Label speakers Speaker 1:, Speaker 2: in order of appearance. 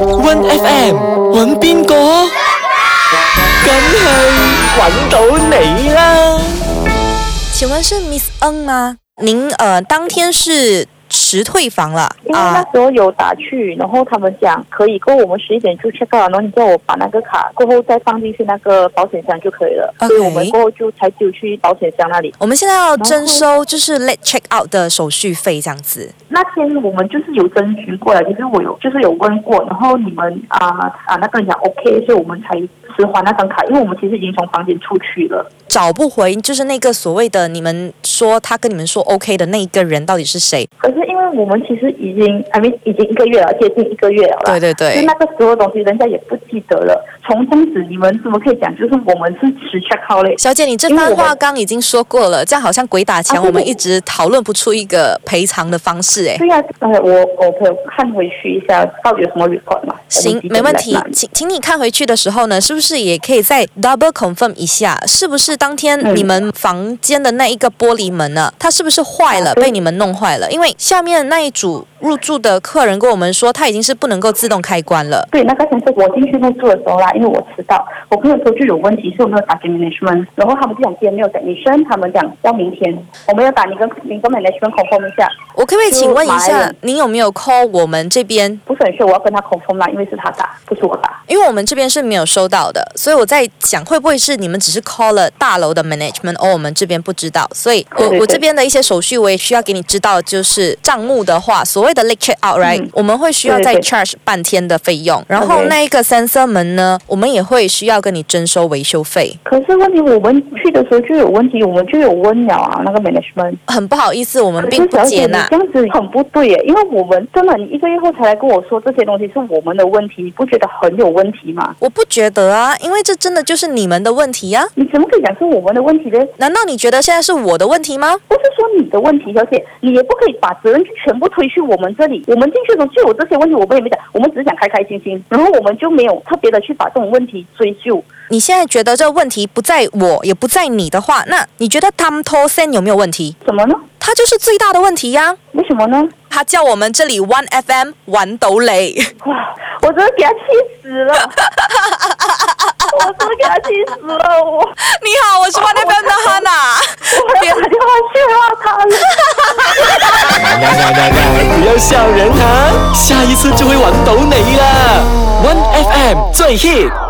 Speaker 1: One FM 揾边个？梗系揾到你啦！
Speaker 2: 请问是 Miss N 吗？您呃当天是迟退房了
Speaker 3: 因为那
Speaker 2: 啊？
Speaker 3: 时候有打去，然后他们讲可以过后我们十一点就 check out，然后你叫我把那个卡过后再放进去那个保险箱就可以了。
Speaker 2: OK
Speaker 3: 所以我们过后就才就去保险箱那里。
Speaker 2: 我们现在要征收就是 late check out 的手续费这样子。
Speaker 3: 那天我们就是有争取过了，就是我有就是有问过，然后你们啊啊那个人讲 OK，所以我们才迟还那张卡，因为我们其实已经从房间出去了。
Speaker 2: 找不回，就是那个所谓的你们说他跟你们说 OK 的那一个人到底是谁？
Speaker 3: 可是因为我们其实已经还没已经一个月了，接近一个月了啦。
Speaker 2: 对对
Speaker 3: 就
Speaker 2: 对
Speaker 3: 那，个时候的东西，人家也不记得了。从这样子，你们怎么可以讲就是我们是迟 check out 嘞？
Speaker 2: 小姐，你这
Speaker 3: 因为
Speaker 2: 番
Speaker 3: 我们
Speaker 2: 话刚已经说过了，这样好像鬼打墙，
Speaker 3: 啊对对
Speaker 2: 我们一直讨论不出一个赔偿的方式。哎，
Speaker 3: 对呀、刚才我我朋友看回去一下，到底有什么 report 嘛？
Speaker 2: 行
Speaker 3: 我们，几点
Speaker 2: 没问题
Speaker 3: 来拿。
Speaker 2: 请请你看回去的时候呢，是不是也可以再 double confirm 一下，是不是当天
Speaker 3: 嗯
Speaker 2: 你们房间的那一个玻璃门呢，它是不是坏了，
Speaker 3: 对
Speaker 2: 被你们弄坏了？因为下面那一组入住的客人跟我们说，他已经是不能够自动开关了。
Speaker 3: 对，那个先生，我进去入住的时候啊啦，因为我迟到，我朋友说就有问题，是我没有打给 management，然后他们就讲今天没有 technician，他们讲要明天，我们要打你跟你跟 management confirm 一下，
Speaker 2: 我可不可以请问一
Speaker 3: 就马来
Speaker 2: 下
Speaker 3: 人，
Speaker 2: 您有没有 call 我们这边？
Speaker 3: 不是很 sure，我要跟他 confirm 啦，因为是他打，不是我打。
Speaker 2: 因为我们这边是没有收到的，所以我在想会不会是你们只是 call 了大楼的 management，而我们这边不知道。所以我
Speaker 3: 对对对
Speaker 2: 我这边的一些手续我也需要给你知道，就是账目的话，所谓的 late check out right，、
Speaker 3: 嗯
Speaker 2: 我们会需要
Speaker 3: 对
Speaker 2: 再
Speaker 3: 对对
Speaker 2: charge 半天的费用。然后
Speaker 3: OK
Speaker 2: 那一个三色门呢，我们也会需要跟你征收维修费。
Speaker 3: 可是问题我们去的时候就有问题，我们就有问了啊，那个 management。
Speaker 2: 很不好意思，我们
Speaker 3: 可
Speaker 2: 并
Speaker 3: 是
Speaker 2: 不啊
Speaker 3: 小姐，
Speaker 2: 接
Speaker 3: 你
Speaker 2: 纳。
Speaker 3: 这样子很不对耶，因为我们真的你一个月后才来跟我说这些东西是我们的问题，你不觉得很有问题吗？
Speaker 2: 我不觉得啊，因为这真的就是你们的问题呀、
Speaker 3: 你怎么可以讲是我们的问题呢？
Speaker 2: 难道你觉得现在是我的问题吗？
Speaker 3: 不是说你的问题，小姐，你也不可以把责任全部推去我们这里。我们进去的时候就有这些问题，我们也没讲，我们只是想开开心心，然后我们就没有特别的去把这种问题追究。
Speaker 2: 你现在觉得这问题不在我，也不在你的话，那你觉得 Tom t o s e n 有没有问题？
Speaker 3: 怎么呢？
Speaker 2: 他就是最大的问题呀、
Speaker 3: 为什么呢？
Speaker 2: 他叫我们这里 One FM 玩斗雷，
Speaker 3: 哇，我真的给他气死了！ 我真的给他气死了！我
Speaker 2: 你好，我是 One FM 的 Hanna。
Speaker 3: 我还要打电话去骂他了。
Speaker 1: 不要笑人啊！下一次就会揾到你啦！One FM 最 hit。